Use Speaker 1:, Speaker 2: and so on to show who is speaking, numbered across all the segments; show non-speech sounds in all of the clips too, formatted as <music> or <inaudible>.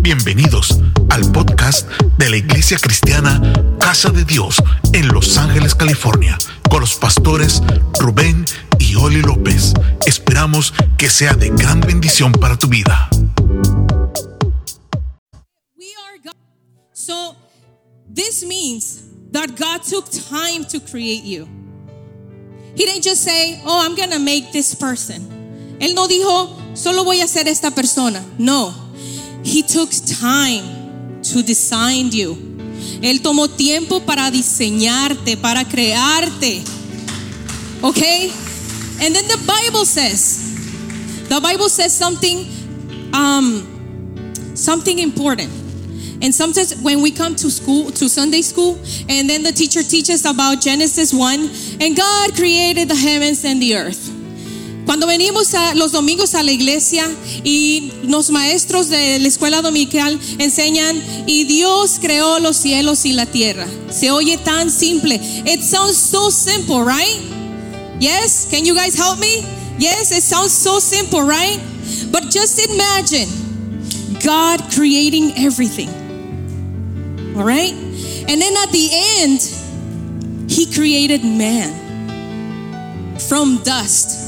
Speaker 1: Bienvenidos al podcast de la Iglesia Cristiana Casa de Dios en Los Ángeles, California, con los pastores Rubén y Oli López. Esperamos que sea de gran bendición para tu vida.
Speaker 2: We are God. So this means that God took time to create you. He didn't just say, "Oh, I'm going to make this person." Él no dijo, "Solo voy a hacer esta persona." No. He took time to design you. Él tomó tiempo para diseñarte, para crearte. Okay? And then the Bible says, the Bible says something um something important. And sometimes when we come to school, to Sunday school, and then the teacher teaches about Genesis 1, and God created the heavens and the earth. Cuando venimos a los domingos a la iglesia y los maestros de la escuela dominical enseñan y Dios creó los cielos y la tierra. Se oye tan simple. It sounds so simple, right? Yes, can you guys help me? Yes, it sounds so simple, right? But just imagine God creating everything. All right? And then at the end, He created man from dust.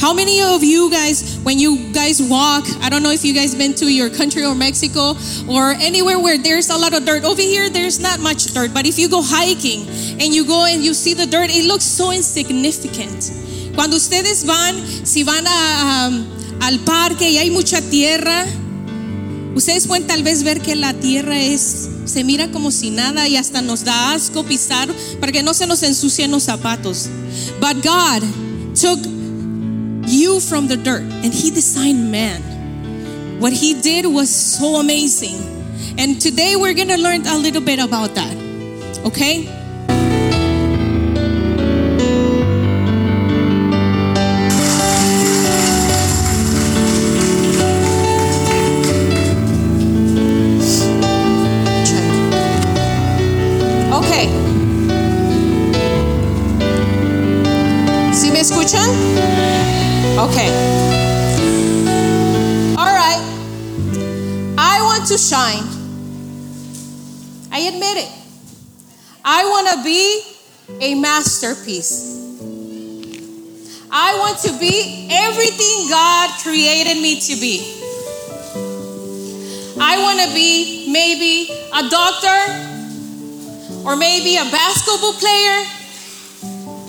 Speaker 2: How many of you guys, when you guys walk, I don't know if you guys been to your country or Mexico or anywhere where there's a lot of dirt. Over here, there's not much dirt, but if you go hiking and you go and you see the dirt, it looks so insignificant. Cuando ustedes van, si van a, um, al parque y hay mucha tierra, Ustedes pueden tal vez ver que la tierra es, se mira como si nada y hasta nos da asco pisar para que no se nos ensucien los zapatos. But God took you from the dirt and He designed man. What He did was so amazing. And today we're going to learn a little bit about that. Okay? check. Okay. ¿Sí me escuchan? Okay. All right. I want to shine. I admit it. I want to be a masterpiece. I want to be everything God created me to be. I want to be maybe a doctor, or maybe a basketball player,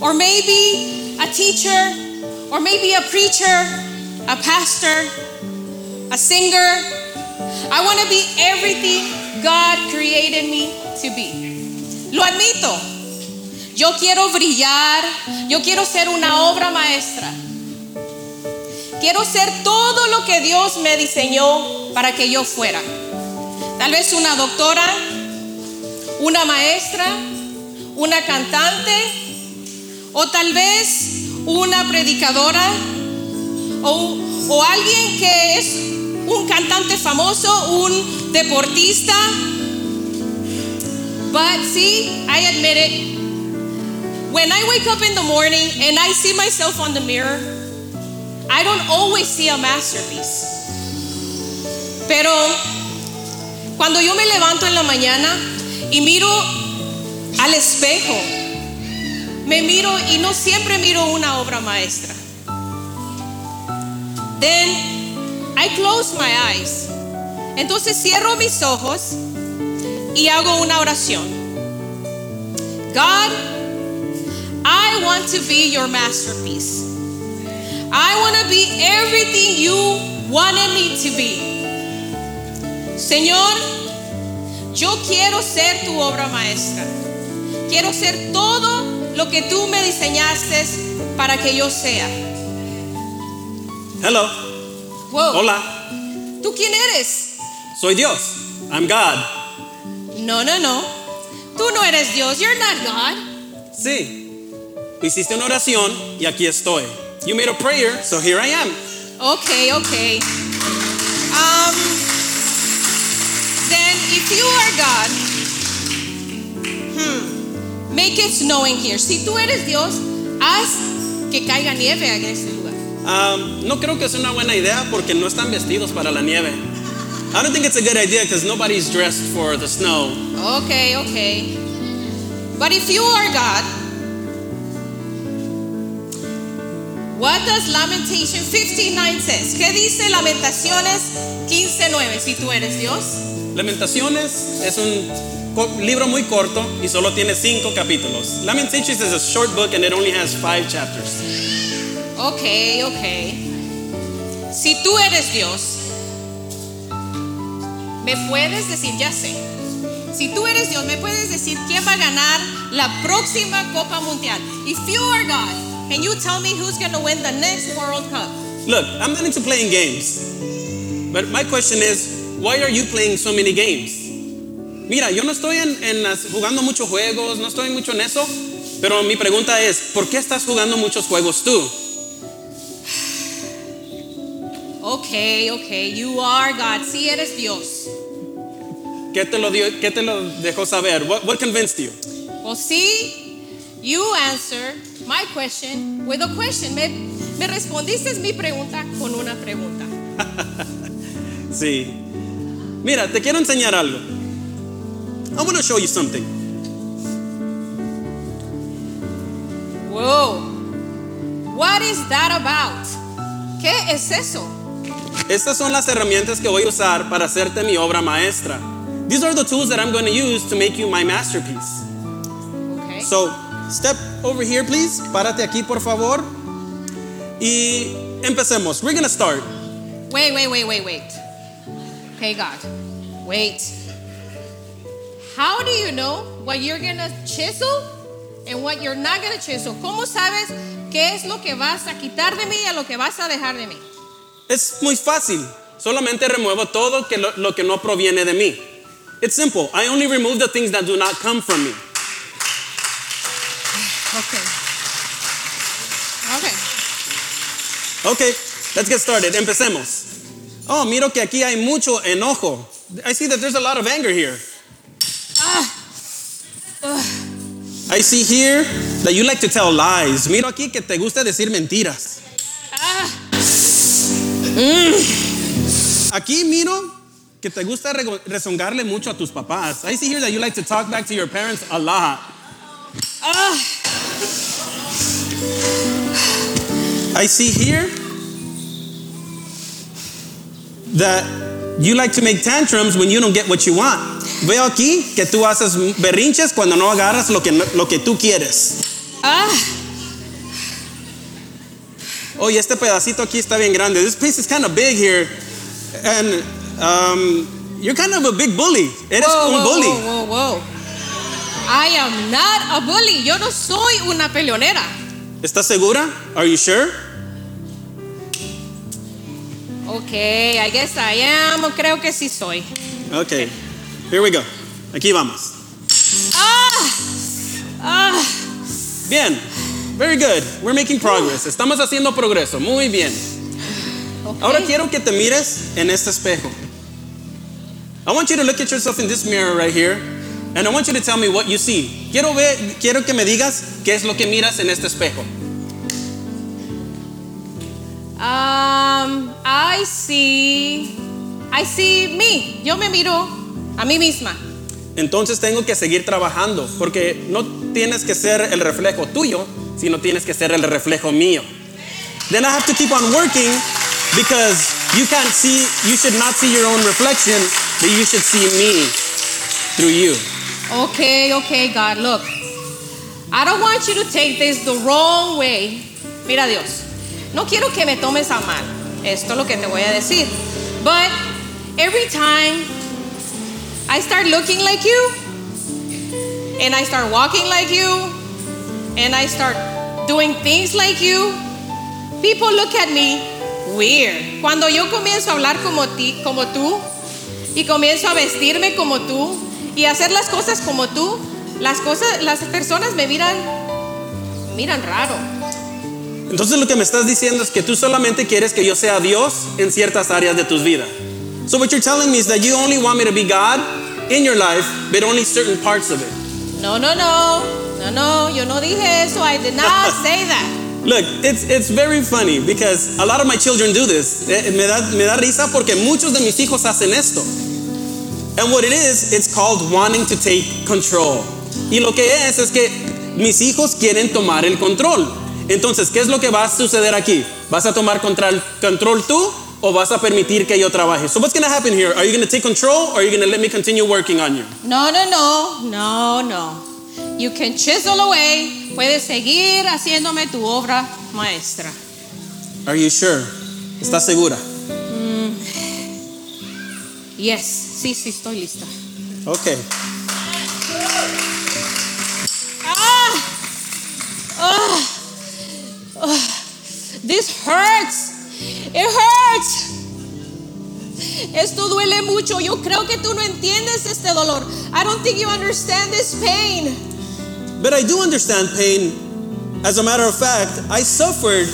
Speaker 2: or maybe a teacher, or maybe a preacher, a pastor, a singer. I want to be everything God created me to be. Lo admito. Yo quiero brillar. Yo quiero ser una obra maestra. Quiero ser todo lo que Dios me diseñó para que yo fuera. Tal vez una doctora, una maestra, una cantante, o tal vez una predicadora, o, o alguien que es un cantante famoso, un deportista. But see, I admit it. When I wake up in the morning and I see myself on the mirror, I don't always see a masterpiece. Pero cuando yo me levanto en la mañana y miro al espejo, me miro y no siempre miro una obra maestra. Then I close my eyes. Entonces cierro mis ojos y hago una oración. God, I want to be your masterpiece. I want to be everything you wanted me to be. Señor, yo quiero ser tu obra maestra. Quiero ser todo lo que tú me diseñaste para que yo sea.
Speaker 3: Hello.
Speaker 2: Wow.
Speaker 3: Hola.
Speaker 2: ¿Tú quién eres?
Speaker 3: Soy Dios. I'm God.
Speaker 2: No, no, no. Tú no eres Dios. You're not God.
Speaker 3: Sí. Hiciste una oración y aquí estoy. You made a prayer, so here I am.
Speaker 2: Okay, okay. Um, then if you are God, hmm, make it snowing here. Si tú eres Dios, haz que caiga nieve en este lugar.
Speaker 3: Um, no creo que es una buena idea porque no están vestidos para la nieve. I don't think it's a good idea because nobody's dressed for the snow.
Speaker 2: Okay, okay. But if you are God, what does Lamentation 15:9 says? ¿Qué dice Lamentaciones 15:9 si tú eres Dios?
Speaker 3: Lamentaciones es un co- libro muy corto y solo tiene cinco capítulos. Lamentations is a short book and it only has five chapters.
Speaker 2: Okay, okay. Si tú eres Dios, me puedes decir, ya sé. Si tú eres Dios, me puedes decir quién va a ganar la próxima Copa Mundial. If you are God, can you tell me who's going to win the next World Cup?
Speaker 3: Look, I'm not into playing games, but my question is, why are you playing so many games? Mira, yo no estoy en, en las- jugando muchos juegos, no estoy mucho en eso, pero mi pregunta es, ¿por qué estás jugando muchos juegos tú?
Speaker 2: Okay, okay, you are God. Si eres Dios.
Speaker 3: ¿Qué te lo, dio, qué te lo dejó saber? What, what convinced you?
Speaker 2: Well, see, you answer my question with a question. Me, me respondiste mi pregunta con una pregunta.
Speaker 3: Sí. Mira, te quiero enseñar algo. I want to show you something.
Speaker 2: Whoa. What is that about? ¿Qué es eso?
Speaker 3: Estas son las herramientas que voy a usar para hacerte mi obra maestra. These are the tools that I'm going to use to make you my masterpiece.
Speaker 2: Okay.
Speaker 3: So, step over here, please. Párate aquí, por favor. Y empecemos. We're going to start.
Speaker 2: Wait, wait, wait, wait, wait. Hey, God. Wait. How do you know what you're gonna chisel and what you're not gonna chisel? ¿Cómo sabes qué es lo que vas a quitar de mí y a lo que vas a dejar de mí?
Speaker 3: Es muy fácil. Solamente remuevo todo que lo, lo que no proviene de mí. It's simple. I only remove the things that do not come from me.
Speaker 2: Okay. Okay.
Speaker 3: Ok, let's get started. Empecemos. Oh, miro que aquí hay mucho enojo. I see that there's a lot of anger here. I see here that you like to tell lies. Miro aquí que te gusta decir mentiras.
Speaker 2: Ah,
Speaker 3: Aquí miro que te gusta rego- rezongarle mucho a tus papás. I see here that you like to talk back to your parents a lot.
Speaker 2: ah,
Speaker 3: I see here that you like to make tantrums when you don't get what you want. Veo aquí que tú haces berrinches cuando no agarras lo que, no- lo que tú quieres.
Speaker 2: Ah,
Speaker 3: Oye, este pedacito aquí está bien grande. This place is kind of big here. And um, you're kind of a big bully. Eres
Speaker 2: whoa,
Speaker 3: un
Speaker 2: whoa,
Speaker 3: bully.
Speaker 2: whoa, whoa, whoa. I am not a bully. Yo no soy una peleonera.
Speaker 3: ¿Estás segura? Are you sure?
Speaker 2: Okay, I guess I am. Creo que sí soy.
Speaker 3: Okay. Here we go. Aquí vamos.
Speaker 2: Ah, ah.
Speaker 3: Bien. Very good. We're making progress. Estamos haciendo progreso. Muy bien.
Speaker 2: Okay.
Speaker 3: Ahora quiero que te mires en este espejo. I want you to look at yourself in this mirror right here, and I want you to tell me what you see. Quiero ver, quiero que me digas qué es lo que miras en este espejo.
Speaker 2: Um, I see, I see me. Yo me miro a mí misma.
Speaker 3: Entonces tengo que seguir trabajando, porque no tienes que ser el reflejo tuyo, sino tienes que ser el reflejo mío. Then I have to keep on working because you can't see, you should not see your own reflection, but you should see me through you.
Speaker 2: Okay, okay, God, look. I don't want you to take this the wrong way. Mira, Dios, no quiero que me tomes a mal. Esto es lo que te voy a decir. But every time I start looking like you, and I start walking like you, and I start doing things like you, people look at me weird. Cuando yo comienzo a hablar como, ti, como tú, y comienzo a vestirme como tú y a hacer las cosas como tú, las cosas, las personas me miran, me miran raro.
Speaker 3: Entonces lo que me estás diciendo es que tú solamente quieres que yo sea Dios en ciertas áreas de tus vidas. So what you're telling me is that you only want me to be God in your life, but only certain parts of it.
Speaker 2: No, no, no, no, no, yo no dije eso. I did not say that.
Speaker 3: Look, it's, it's very funny because a lot of my children do this. Eh, Me da, me da risa porque muchos de mis hijos hacen esto. And what it is, it's called wanting to take control. Y lo que es es que mis hijos quieren tomar el control. Entonces, ¿qué es lo que va a suceder aquí? ¿Vas a tomar control, control tú o vas a permitir que yo trabaje? So what's going to happen here? Are you going to take control or are you going to let me continue working on you?
Speaker 2: No, no, no, no, no. You can chisel away. Puedes seguir haciéndome tu obra maestra.
Speaker 3: Are you sure? ¿Estás segura?
Speaker 2: Yes, sí, sí, estoy lista.
Speaker 3: Okay.
Speaker 2: Ah! Ah! Ah! This hurts. It hurts. Esto duele mucho. Yo creo que tú no entiendes este dolor. I don't think you understand this pain.
Speaker 3: But I do understand pain. As a matter of fact, I suffered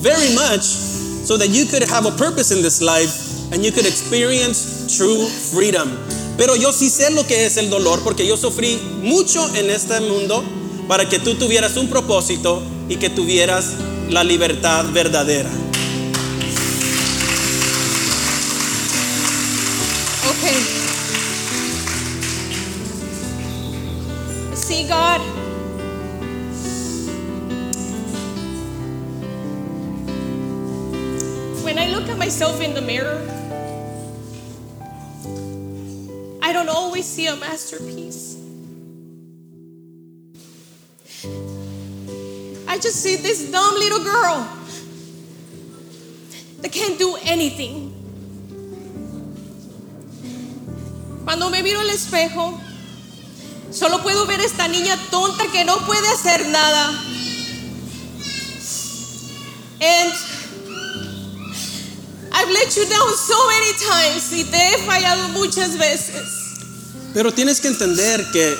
Speaker 3: very much so that you could have a purpose in this life and you could experience true freedom. Pero yo sí sé lo que es el dolor porque yo sufrí mucho en este mundo para que tú tuvieras un propósito y que tuvieras la libertad verdadera.
Speaker 2: Okay. See, God, when I look at myself in the mirror, I don't always see a masterpiece. I just see this dumb little girl that can't do anything. Cuando me miro al espejo, solo puedo ver a esta niña tonta que no puede hacer nada. And I've let you down so many times y te he fallado muchas veces.
Speaker 3: Pero tienes que entender que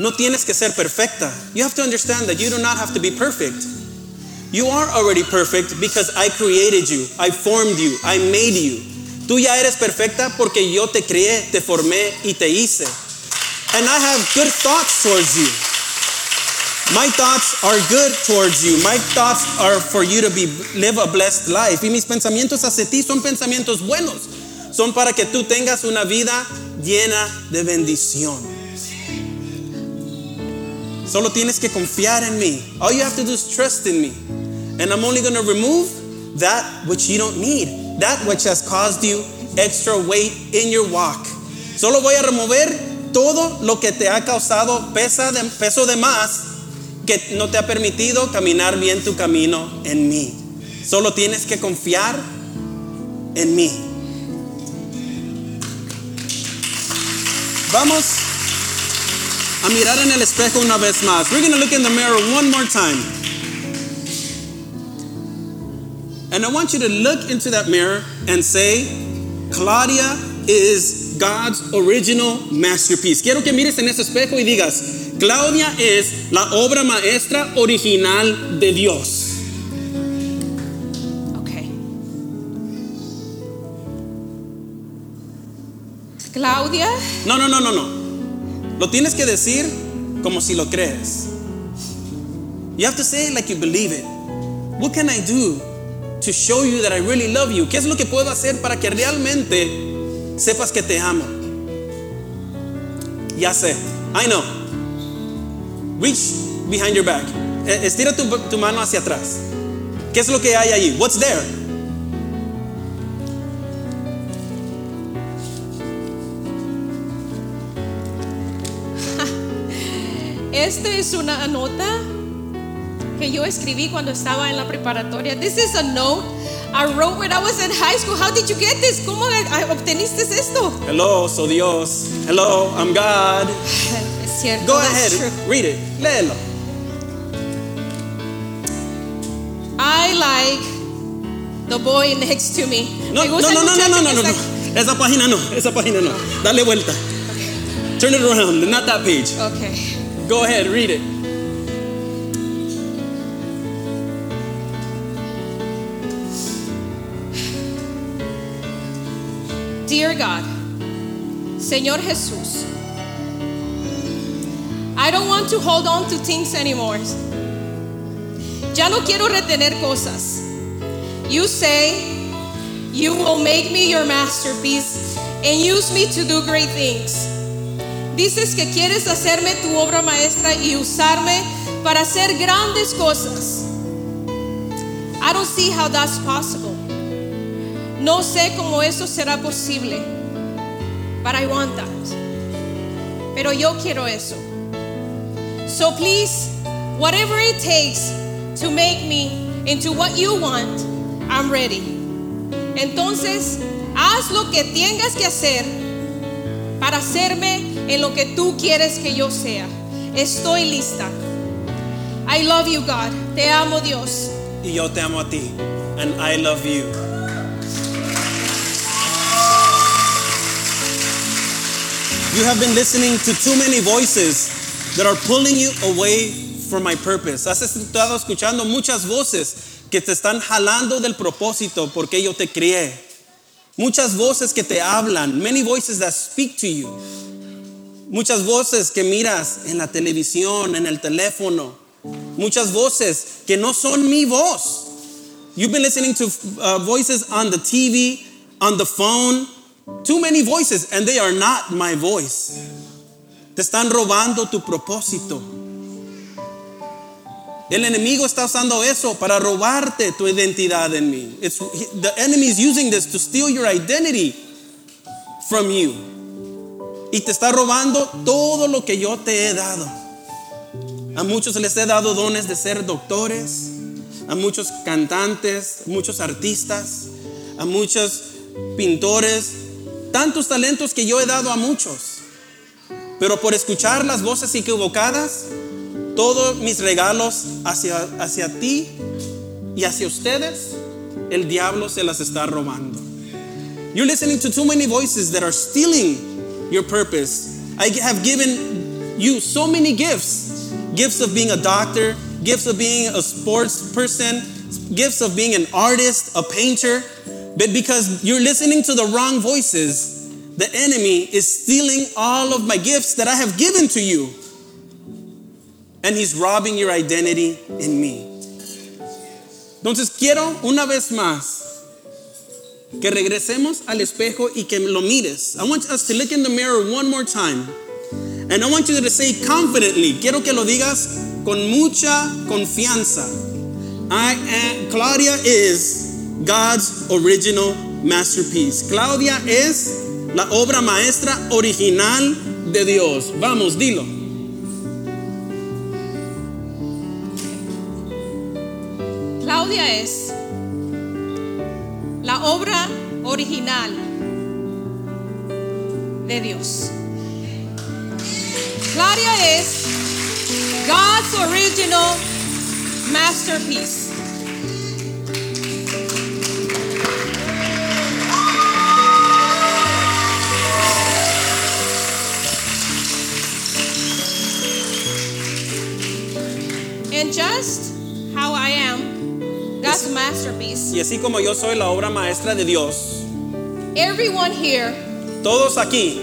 Speaker 3: no tienes que ser perfecta. You have to understand that you do not have to be perfect. You are already perfect because I created you, I formed you, I made you. Tú ya eres perfecta porque yo te creé, te formé y te hice. And I have good thoughts towards you. My thoughts are good towards you. My thoughts are for you to be, live a blessed life. Y mis pensamientos hacia ti son pensamientos buenos. Son para que tú tengas una vida llena de bendición. Solo tienes que confiar en mí. All you have to do is trust in me. And I'm only going to remove that which you don't need, that which has caused you extra weight in your walk. Solo voy a remover todo lo que te ha causado pesa de- peso de más que no te ha permitido caminar bien tu camino en mí. Solo tienes que confiar en mí. Vamos a mirar en el espejo una vez más. We're going to look in the mirror one more time. And I want you to look into that mirror and say, Claudia is God's original masterpiece. Quiero que mires en ese espejo y digas, Claudia es la obra maestra original de Dios.
Speaker 2: Okay. Claudia,
Speaker 3: No, no, no, no, no. Lo tienes que decir como si lo crees. You have to say it like you believe it. What can I do to show you that I really love you? ¿Qué es lo que puedo hacer para que realmente sepas que te amo? Ya sé. I know. Reach behind your back. Eh, Estira tu, tu mano hacia atrás. ¿Qué es lo que hay ahí? What's there?
Speaker 2: esta es una nota que yo escribí cuando estaba en la preparatoria. This is a note I wrote when I was in high school. How did you get this? ¿Cómo eh, obteniste esto? <laughs>
Speaker 3: Hello, soy Dios. Hello, I'm God.
Speaker 2: Es cierto.
Speaker 3: Go
Speaker 2: that's
Speaker 3: ahead,
Speaker 2: true.
Speaker 3: read it. Léelo.
Speaker 2: I like the boy next to me.
Speaker 3: No,
Speaker 2: Me
Speaker 3: no,
Speaker 2: gusta
Speaker 3: no,
Speaker 2: el
Speaker 3: no, no,
Speaker 2: muchacho
Speaker 3: no,
Speaker 2: que
Speaker 3: no, no,
Speaker 2: está-
Speaker 3: no. Esa página no, esa página no. Dale vuelta. Turn it around, not that page.
Speaker 2: Okay.
Speaker 3: Go ahead, read it.
Speaker 2: Dear God, Señor Jesús, I don't want to hold on to things anymore. Ya no quiero retener cosas. You say, You will make me your masterpiece and use me to do great things. Dices que quieres hacerme tu obra maestra y usarme para hacer grandes cosas. I don't see how that's possible. No sé cómo eso será posible. But I want that. Pero yo quiero eso. So please, whatever it takes to make me into what you want, I'm ready. Entonces, haz lo que tengas que hacer para hacerme en lo que tú quieres que yo sea. Estoy lista. I love you, God. Te amo, Dios.
Speaker 3: Y yo te amo a ti. And I love you. You have been listening to too many voices that are pulling you away from my purpose. Has estado escuchando muchas voces que te están jalando del propósito porque yo te crié. Muchas voces que te hablan. Many voices that speak to you. Muchas voces que miras en la televisión, en el teléfono. Muchas voces que no son mi voz. You've been listening to uh, voices on the TV, on the phone. Too many voices, and they are not my voice. Te están robando tu propósito. El enemigo está usando eso para robarte tu identidad en mí. It's, the enemy is using this to steal your identity from you. Y te está robando todo lo que yo te he dado. A muchos les he dado dones de ser doctores, a muchos cantantes, muchos artistas, a muchos pintores, tantos talentos que yo he dado a muchos. Pero por escuchar las voces equivocadas, todos mis regalos hacia, hacia ti y hacia ustedes, el diablo se las está robando. You're listening to too many voices that are stealing your purpose. I have given you so many gifts gifts of being a doctor, gifts of being a sports person, gifts of being an artist, a painter. But because you're listening to the wrong voices, the enemy is stealing all of my gifts that I have given to you. And he's robbing your identity in me. Entonces quiero una vez más que regresemos al espejo y que lo mires. I want us to look in the mirror one more time. And I want you to say confidently. Quiero que lo digas con mucha confianza. I am, Claudia is God's original masterpiece. Claudia es la obra maestra original de Dios. Vamos, dilo.
Speaker 2: Claudia es la obra original de Dios. Claudia es God's original masterpiece. And just how I am, God's masterpiece.
Speaker 3: Y así como yo soy la obra maestra de Dios,
Speaker 2: Everyone here
Speaker 3: todos aquí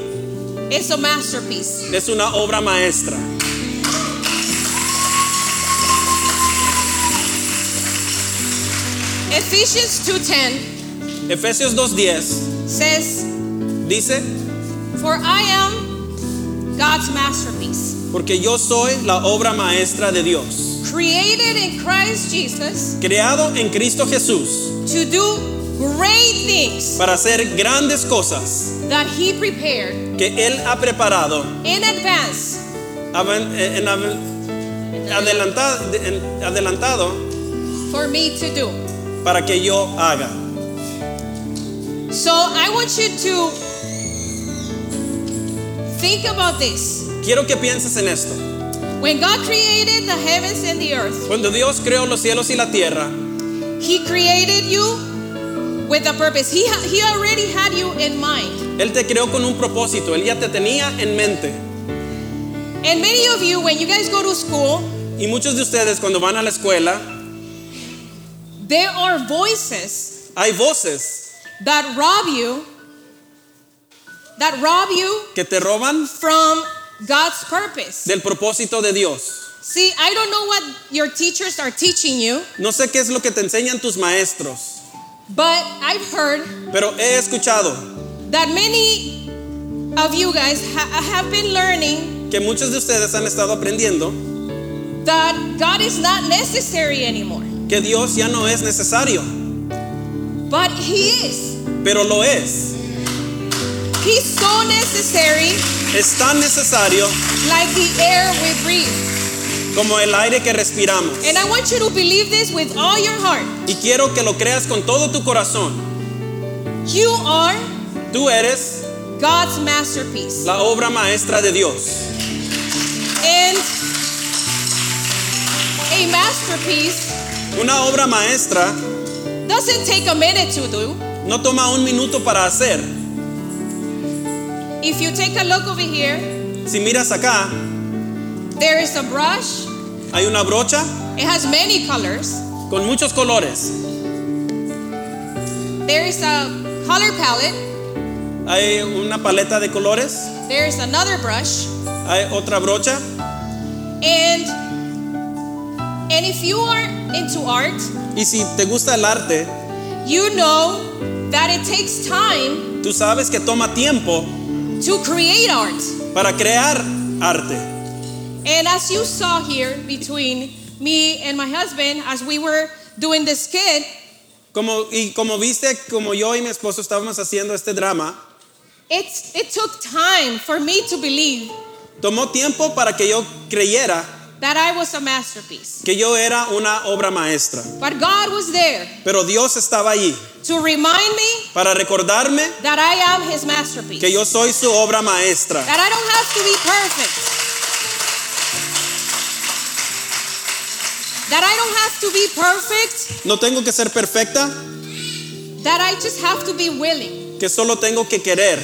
Speaker 2: is a masterpiece.
Speaker 3: es una obra maestra.
Speaker 2: Ephesians 2:10
Speaker 3: Efesios 2:10
Speaker 2: says,
Speaker 3: dice,
Speaker 2: "For I am God's masterpiece,
Speaker 3: porque yo soy la obra maestra de Dios,
Speaker 2: created in Christ Jesus
Speaker 3: creado en Cristo Jesús
Speaker 2: to do great things
Speaker 3: para hacer grandes cosas
Speaker 2: that he prepared
Speaker 3: que Él ha preparado
Speaker 2: in advance
Speaker 3: avan- en avan- adelanta- en- adelantado
Speaker 2: for me to do."
Speaker 3: para que yo haga.
Speaker 2: So I want you to think about this.
Speaker 3: Quiero que pienses en esto.
Speaker 2: When God created the heavens and the earth,
Speaker 3: Cuando Dios creó los cielos y la tierra,
Speaker 2: he created you with a purpose. He ha- he already had you in mind.
Speaker 3: Él te creó con un propósito, Él ya te tenía en mente.
Speaker 2: And many of you, when you guys go to school,
Speaker 3: Y muchos de ustedes cuando van a la escuela,
Speaker 2: there are voices
Speaker 3: hay voces
Speaker 2: that rob you, that rob you
Speaker 3: que te roban
Speaker 2: from God's purpose.
Speaker 3: del propósito de Dios.
Speaker 2: See, I don't know what your teachers are teaching you,
Speaker 3: No sé qué es lo que te enseñan tus maestros,
Speaker 2: but I've heard
Speaker 3: pero he escuchado
Speaker 2: that many of you guys ha- have been learning
Speaker 3: que muchos de ustedes han estado aprendiendo
Speaker 2: that God is not necessary anymore,
Speaker 3: que Dios ya no es necesario,
Speaker 2: but He is.
Speaker 3: pero lo es.
Speaker 2: He's so necessary,
Speaker 3: Es tan necesario
Speaker 2: like the air we breathe.
Speaker 3: como el aire que respiramos.
Speaker 2: And I want you to believe this with all your heart.
Speaker 3: Y quiero que lo creas con todo tu corazón.
Speaker 2: You are
Speaker 3: Tú eres
Speaker 2: God's masterpiece.
Speaker 3: la obra maestra de Dios.
Speaker 2: And a masterpiece
Speaker 3: Una obra maestra
Speaker 2: doesn't take a minute to do.
Speaker 3: no toma un minuto para hacer.
Speaker 2: If you take a look over here,
Speaker 3: Si miras acá,
Speaker 2: there is a brush.
Speaker 3: hay una brocha
Speaker 2: It has many colors.
Speaker 3: con muchos colores.
Speaker 2: There is a color palette.
Speaker 3: Hay una paleta de colores.
Speaker 2: There is another brush.
Speaker 3: Hay otra brocha.
Speaker 2: And and if you are into art,
Speaker 3: Y si te gusta el arte,
Speaker 2: you know that it takes time
Speaker 3: tú sabes que toma tiempo
Speaker 2: to create art.
Speaker 3: para crear arte.
Speaker 2: And as you saw here between me and my husband as we were doing this kid,
Speaker 3: Como, y como viste, como yo y mi esposo estábamos haciendo este drama,
Speaker 2: It's, it took time for me to believe
Speaker 3: tomó tiempo para que yo creyera
Speaker 2: that I was a masterpiece.
Speaker 3: que yo era una obra maestra.
Speaker 2: But God was there
Speaker 3: Pero Dios estaba allí
Speaker 2: to remind me
Speaker 3: para recordarme
Speaker 2: that I am His masterpiece.
Speaker 3: que yo soy su obra maestra,
Speaker 2: that I don't have to be perfect. That I don't have to be perfect.
Speaker 3: no tengo que ser perfecta,
Speaker 2: That I just have to be willing.
Speaker 3: que solo tengo que querer.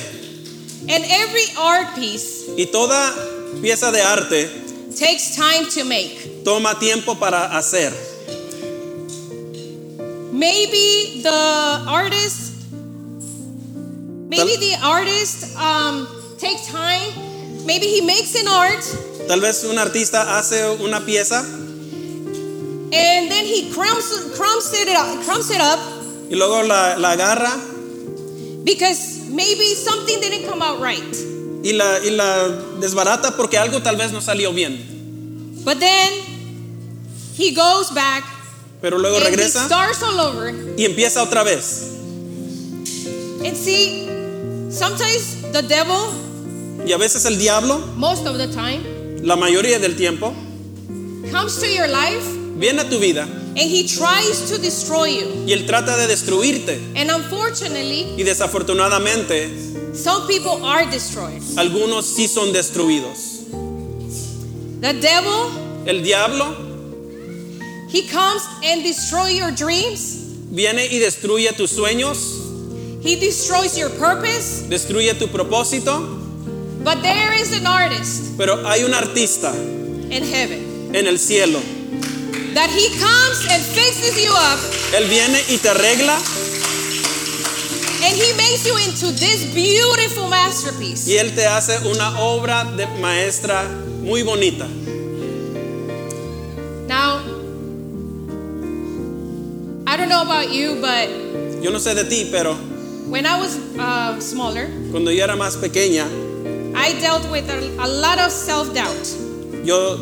Speaker 2: And every art piece
Speaker 3: Y toda pieza de arte
Speaker 2: takes time to make.
Speaker 3: toma tiempo para hacer.
Speaker 2: Maybe the artist, maybe the artist um, takes time. Maybe he makes an art
Speaker 3: Tal vez un artista hace una pieza
Speaker 2: And then he crumbs, crumbs, it, up, crumbs it up
Speaker 3: y luego la, la agarra
Speaker 2: because maybe something didn't come out right.
Speaker 3: y la, y la desbarata porque algo tal vez no salió bien.
Speaker 2: But then he goes back
Speaker 3: Pero luego
Speaker 2: and he
Speaker 3: regresa
Speaker 2: starts all over.
Speaker 3: y empieza otra vez.
Speaker 2: And see, sometimes the devil,
Speaker 3: Y a veces el diablo,
Speaker 2: most of the time,
Speaker 3: la mayoría del tiempo,
Speaker 2: comes to your life
Speaker 3: viene a tu vida
Speaker 2: and he tries to destroy you.
Speaker 3: y él trata de destruirte.
Speaker 2: And unfortunately,
Speaker 3: Y desafortunadamente,
Speaker 2: some people are destroyed.
Speaker 3: algunos sí son destruidos.
Speaker 2: The devil,
Speaker 3: El diablo
Speaker 2: he comes and destroys your dreams.
Speaker 3: viene y destruye tus sueños,
Speaker 2: He destroys your purpose.
Speaker 3: destruye tu propósito,
Speaker 2: But there is an artist
Speaker 3: pero hay un artista
Speaker 2: in heaven.
Speaker 3: en el cielo.
Speaker 2: that he comes and fixes you up
Speaker 3: Él viene y te arregla
Speaker 2: and he makes you into this beautiful masterpiece.
Speaker 3: y él te hace una obra de maestra muy bonita.
Speaker 2: Now, I don't know about you, but
Speaker 3: Yo no sé de ti, pero
Speaker 2: when I was uh, smaller,
Speaker 3: cuando yo era más pequeña,
Speaker 2: I dealt with a, a lot of self doubt.
Speaker 3: yo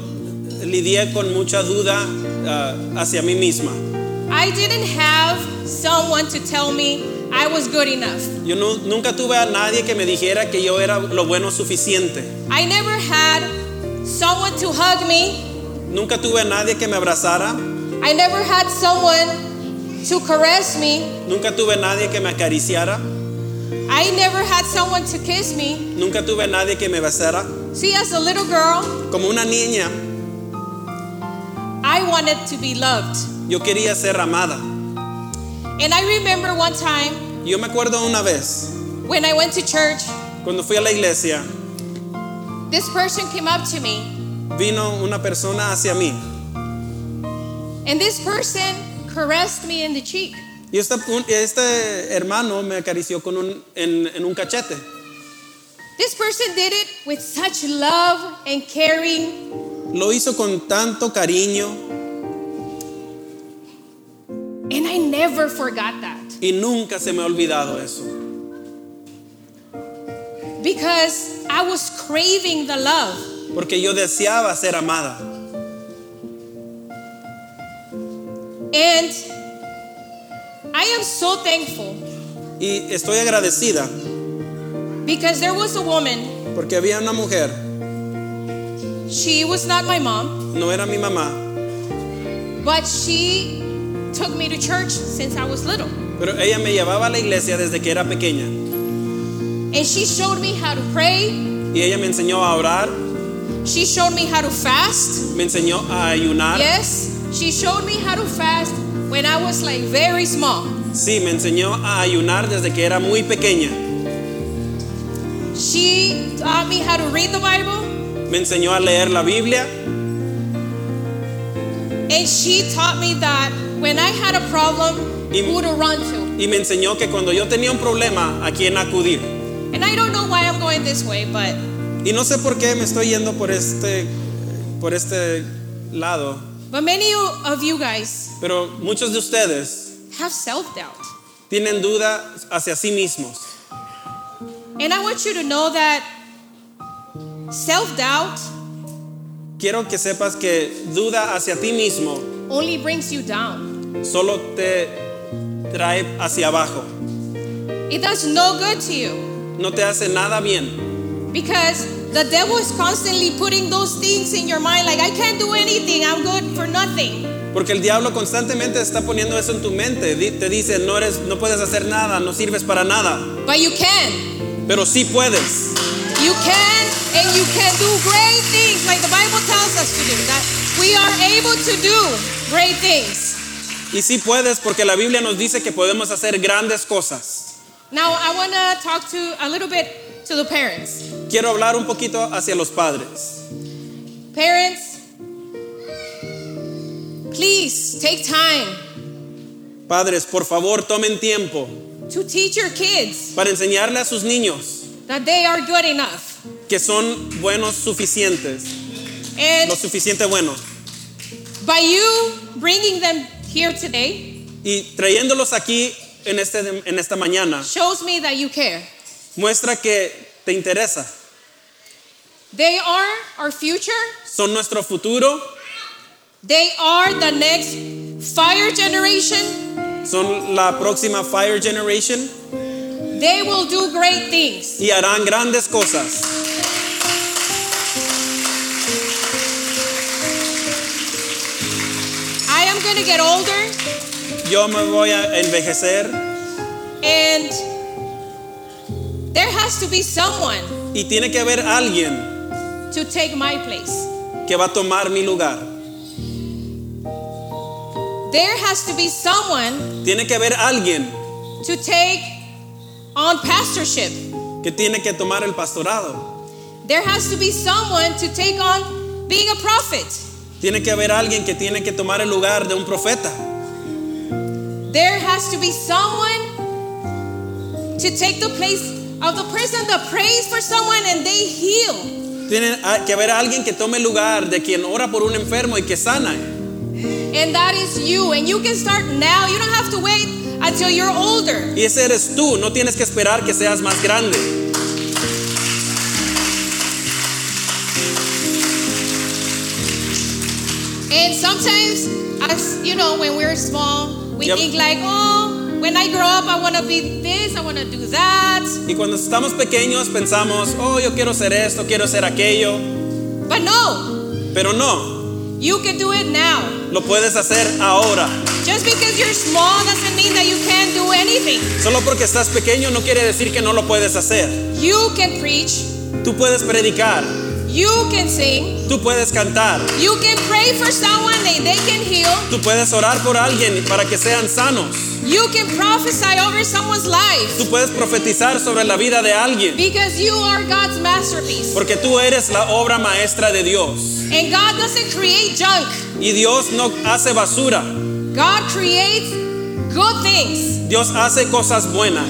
Speaker 3: lidié con mucha duda ah, hacia mí misma.
Speaker 2: I didn't have someone to tell me I was good enough.
Speaker 3: Yo nu- nunca tuve a nadie que me dijera que yo era lo bueno suficiente.
Speaker 2: I never had someone to hug me.
Speaker 3: Nunca tuve a nadie que me abrazara,
Speaker 2: I never had someone to caress me.
Speaker 3: nunca tuve a nadie que me acariciara,
Speaker 2: I never had someone to kiss me.
Speaker 3: nunca tuve a nadie que me besara.
Speaker 2: See, as a little girl,
Speaker 3: Como una niña,
Speaker 2: I wanted to be loved.
Speaker 3: yo quería ser amada.
Speaker 2: And I remember one time
Speaker 3: Yo me acuerdo una vez,
Speaker 2: when I went to church,
Speaker 3: cuando fui a la iglesia,
Speaker 2: this person came up to me,
Speaker 3: vino una persona hacia mí
Speaker 2: and this person caressed me in the cheek.
Speaker 3: y esta- un- este hermano me acarició con un, en, en un cachete.
Speaker 2: This person did it with such love and caring
Speaker 3: lo hizo con tanto cariño
Speaker 2: And I never forgot that
Speaker 3: y nunca se me ha olvidado eso.
Speaker 2: because I was craving the love.
Speaker 3: Porque yo deseaba ser amada.
Speaker 2: And I am so thankful
Speaker 3: Y estoy agradecida
Speaker 2: because there was a woman,
Speaker 3: porque había una mujer,
Speaker 2: she was not my mom,
Speaker 3: no era mi mamá,
Speaker 2: but she took me to church since I was little.
Speaker 3: pero ella me llevaba a la iglesia desde que era pequeña.
Speaker 2: And she showed me how to pray,
Speaker 3: Y ella me enseñó a orar,
Speaker 2: she showed me how to fast.
Speaker 3: me enseñó a ayunar.
Speaker 2: Yes, she showed me how to fast when I was like very small.
Speaker 3: Sí, me enseñó a ayunar desde que era muy pequeña.
Speaker 2: She taught me how to read the Bible
Speaker 3: Me enseñó a leer la Biblia
Speaker 2: and she taught me that when I had a problem,
Speaker 3: Y-
Speaker 2: who to run to.
Speaker 3: y me enseñó que cuando yo tenía un problema, a quién acudir.
Speaker 2: And I don't know why I'm going this way, but
Speaker 3: Y no sé por qué me estoy yendo por este, por este lado,
Speaker 2: but many of you guys
Speaker 3: pero muchos de ustedes
Speaker 2: have self-doubt.
Speaker 3: tienen duda hacia sí mismos.
Speaker 2: And I want you to know that self-doubt
Speaker 3: Quiero que sepas que duda hacia ti mismo
Speaker 2: only brings you down.
Speaker 3: solo te trae hacia abajo.
Speaker 2: It does no good to you
Speaker 3: No te hace nada bien.
Speaker 2: because the devil is constantly putting those things in your mind like I can't do anything. I'm good for nothing.
Speaker 3: Porque el diablo constantemente está poniendo eso en tu mente. Di- Te dice, no, eres, no puedes hacer nada, no sirves para nada.
Speaker 2: But you can.
Speaker 3: Pero sí puedes.
Speaker 2: You can, and you can do great things like the Bible tells us to do. That we are able to do great things.
Speaker 3: Y sí puedes porque la Biblia nos dice que podemos hacer grandes cosas.
Speaker 2: Now, I want to talk to a little bit to the parents.
Speaker 3: Quiero hablar un poquito hacia los padres.
Speaker 2: Parents, please take time
Speaker 3: Padres, por favor, tomen tiempo
Speaker 2: to teach your kids
Speaker 3: para enseñarle a sus niños
Speaker 2: that they are good enough.
Speaker 3: que son buenos suficientes,
Speaker 2: And
Speaker 3: lo suficiente buenos.
Speaker 2: by you bringing them here today
Speaker 3: Y trayéndolos aquí en, este, en esta mañana
Speaker 2: shows me that you care.
Speaker 3: muestra que te interesa.
Speaker 2: They are our future.
Speaker 3: Son nuestro futuro,
Speaker 2: They are the next fire generation.
Speaker 3: son la próxima Fire Generation
Speaker 2: They will do great things.
Speaker 3: y harán grandes cosas.
Speaker 2: I am going to get older
Speaker 3: Yo me voy a envejecer
Speaker 2: and there has to be someone
Speaker 3: y tiene que haber alguien
Speaker 2: to take my place.
Speaker 3: que va a tomar mi lugar.
Speaker 2: There has to be someone
Speaker 3: Tiene que haber alguien
Speaker 2: to take on pastorship.
Speaker 3: que tiene que tomar el pastorado.
Speaker 2: There has to be someone to take on being a prophet.
Speaker 3: Tiene que haber alguien que tiene que tomar el lugar de un profeta.
Speaker 2: There has to be someone to take the place of the person that prays for someone and they heal.
Speaker 3: Tiene a- que haber alguien que tome el lugar de quien ora por un enfermo y que sana.
Speaker 2: And that is you. And you can start now. You don't have to wait until you're older.
Speaker 3: Y ese eres tú, no tienes que esperar que seas más grande.
Speaker 2: And sometimes, as you know, when we're small, we
Speaker 3: Yep.
Speaker 2: think like, oh, when I grow up, I want to be this, I want to do that.
Speaker 3: Y cuando estamos pequeños pensamos, oh, yo quiero ser esto, quiero ser aquello.
Speaker 2: But no,
Speaker 3: Pero no,
Speaker 2: you can do it now.
Speaker 3: lo puedes hacer ahora.
Speaker 2: Just because you're small doesn't mean that you can't do anything.
Speaker 3: Solo porque estás pequeño no quiere decir que no lo puedes hacer.
Speaker 2: You can preach,
Speaker 3: Tú puedes predicar,
Speaker 2: you can sing,
Speaker 3: tú puedes cantar,
Speaker 2: you can pray for someone and they can heal,
Speaker 3: tú puedes orar por alguien para que sean sanos.
Speaker 2: you can prophesy over someone's life
Speaker 3: Tú puedes profetizar sobre la vida de alguien.
Speaker 2: because you are God's masterpiece.
Speaker 3: Porque tú eres la obra maestra de Dios.
Speaker 2: And God doesn't create junk,
Speaker 3: Y Dios no hace basura.
Speaker 2: God creates good things.
Speaker 3: Dios hace cosas buenas.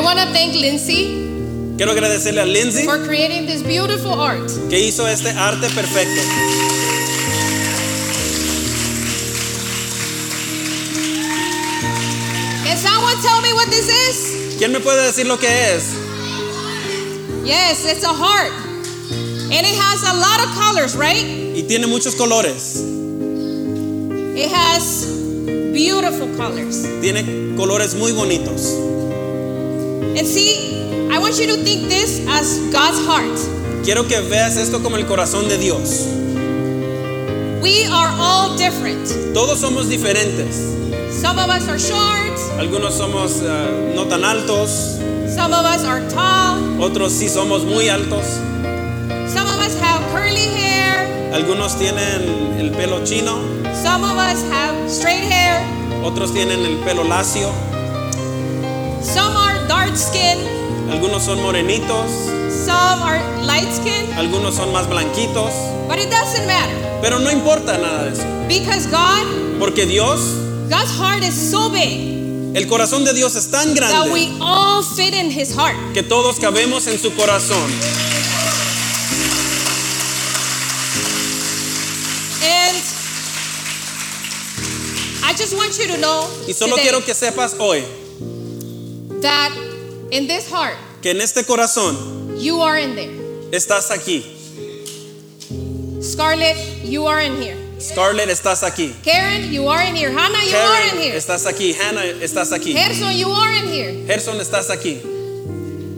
Speaker 2: want to thank Lindsay
Speaker 3: Quiero agradecerle a Lindsay
Speaker 2: for creating this beautiful art.
Speaker 3: que hizo este arte perfecto.
Speaker 2: Can someone tell me what this is?
Speaker 3: ¿Quién me puede decir lo que es?
Speaker 2: Yes, it's a heart. And it has a lot of colors, right?
Speaker 3: Y tiene muchos colores.
Speaker 2: It has beautiful colors.
Speaker 3: Tiene colores muy bonitos.
Speaker 2: And see, I want you to think this as God's heart.
Speaker 3: Quiero que veas esto como el corazón de Dios.
Speaker 2: We are all different.
Speaker 3: Todos somos diferentes.
Speaker 2: Some of us are short,
Speaker 3: Algunos somos ah, no tan altos,
Speaker 2: some of us are tall,
Speaker 3: otros sí somos muy altos,
Speaker 2: some of us have curly hair,
Speaker 3: algunos tienen el pelo chino,
Speaker 2: some of us have straight hair,
Speaker 3: otros tienen el pelo lacio,
Speaker 2: some are dark skinned,
Speaker 3: algunos son morenitos,
Speaker 2: some are light skinned,
Speaker 3: algunos son más blanquitos,
Speaker 2: but it doesn't matter
Speaker 3: pero no importa nada de eso,
Speaker 2: because God,
Speaker 3: porque Dios,
Speaker 2: God's heart is so big
Speaker 3: el corazón de Dios es tan
Speaker 2: that we
Speaker 3: grande
Speaker 2: all fit in His heart.
Speaker 3: que todos cabemos en su corazón.
Speaker 2: And I just want you to know
Speaker 3: Y solo
Speaker 2: today
Speaker 3: quiero que sepas hoy
Speaker 2: that in this heart,
Speaker 3: que en este corazón
Speaker 2: you are in there.
Speaker 3: estás aquí,
Speaker 2: Scarlett, you are in here.
Speaker 3: Scarlett estás aquí,
Speaker 2: Karen, you are in here. Hannah, you are in
Speaker 3: Karen
Speaker 2: here.
Speaker 3: estás aquí, Hannah estás aquí,
Speaker 2: Gerson, you are in here.
Speaker 3: Gerson estás aquí.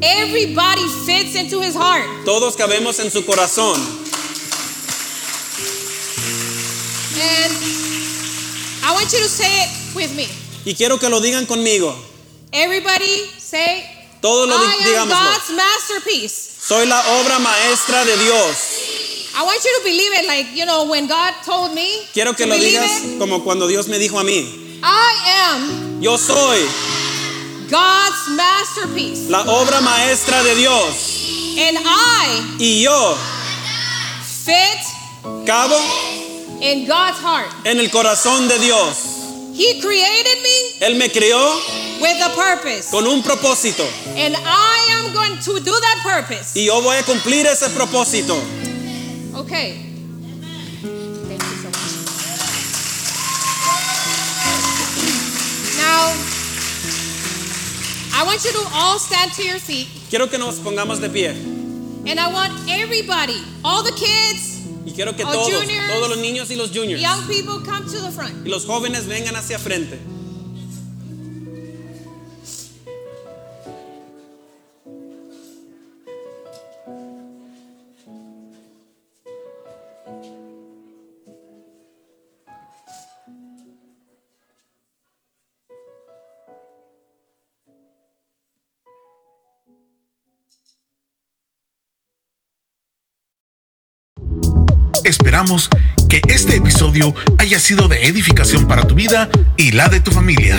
Speaker 2: Everybody fits into his heart.
Speaker 3: Todos cabemos en su corazón.
Speaker 2: And I want you to say it with me.
Speaker 3: Y quiero que lo digan conmigo.
Speaker 2: Everybody say,
Speaker 3: Todos lo
Speaker 2: I
Speaker 3: di-
Speaker 2: am
Speaker 3: digámoslo.
Speaker 2: God's masterpiece.
Speaker 3: Soy la obra maestra de Dios.
Speaker 2: I want you to believe it like, you know, when God told me
Speaker 3: Quiero que
Speaker 2: to
Speaker 3: lo
Speaker 2: believe
Speaker 3: digas
Speaker 2: it.
Speaker 3: como cuando Dios me dijo a mí.
Speaker 2: I
Speaker 3: Yo soy
Speaker 2: am God's masterpiece.
Speaker 3: la obra maestra de Dios.
Speaker 2: And I
Speaker 3: Y yo
Speaker 2: fit
Speaker 3: cabo
Speaker 2: in God's heart.
Speaker 3: en el corazón de Dios.
Speaker 2: He created me
Speaker 3: Él me crió
Speaker 2: with a purpose.
Speaker 3: con un propósito.
Speaker 2: And I am going to do that purpose.
Speaker 3: Y yo voy a cumplir ese propósito.
Speaker 2: Okay. Thank you so much. Now, I want you to all stand to your feet,
Speaker 3: Quiero que nos pongamos de pie.
Speaker 2: and I want everybody, all the kids,
Speaker 3: Y quiero que
Speaker 2: Oh,
Speaker 3: todos,
Speaker 2: juniors.
Speaker 3: todos los niños y los juniors
Speaker 2: young people, come to the front.
Speaker 3: y los jóvenes vengan hacia frente.
Speaker 1: Esperamos que este episodio haya sido de edificación para tu vida y la de tu familia.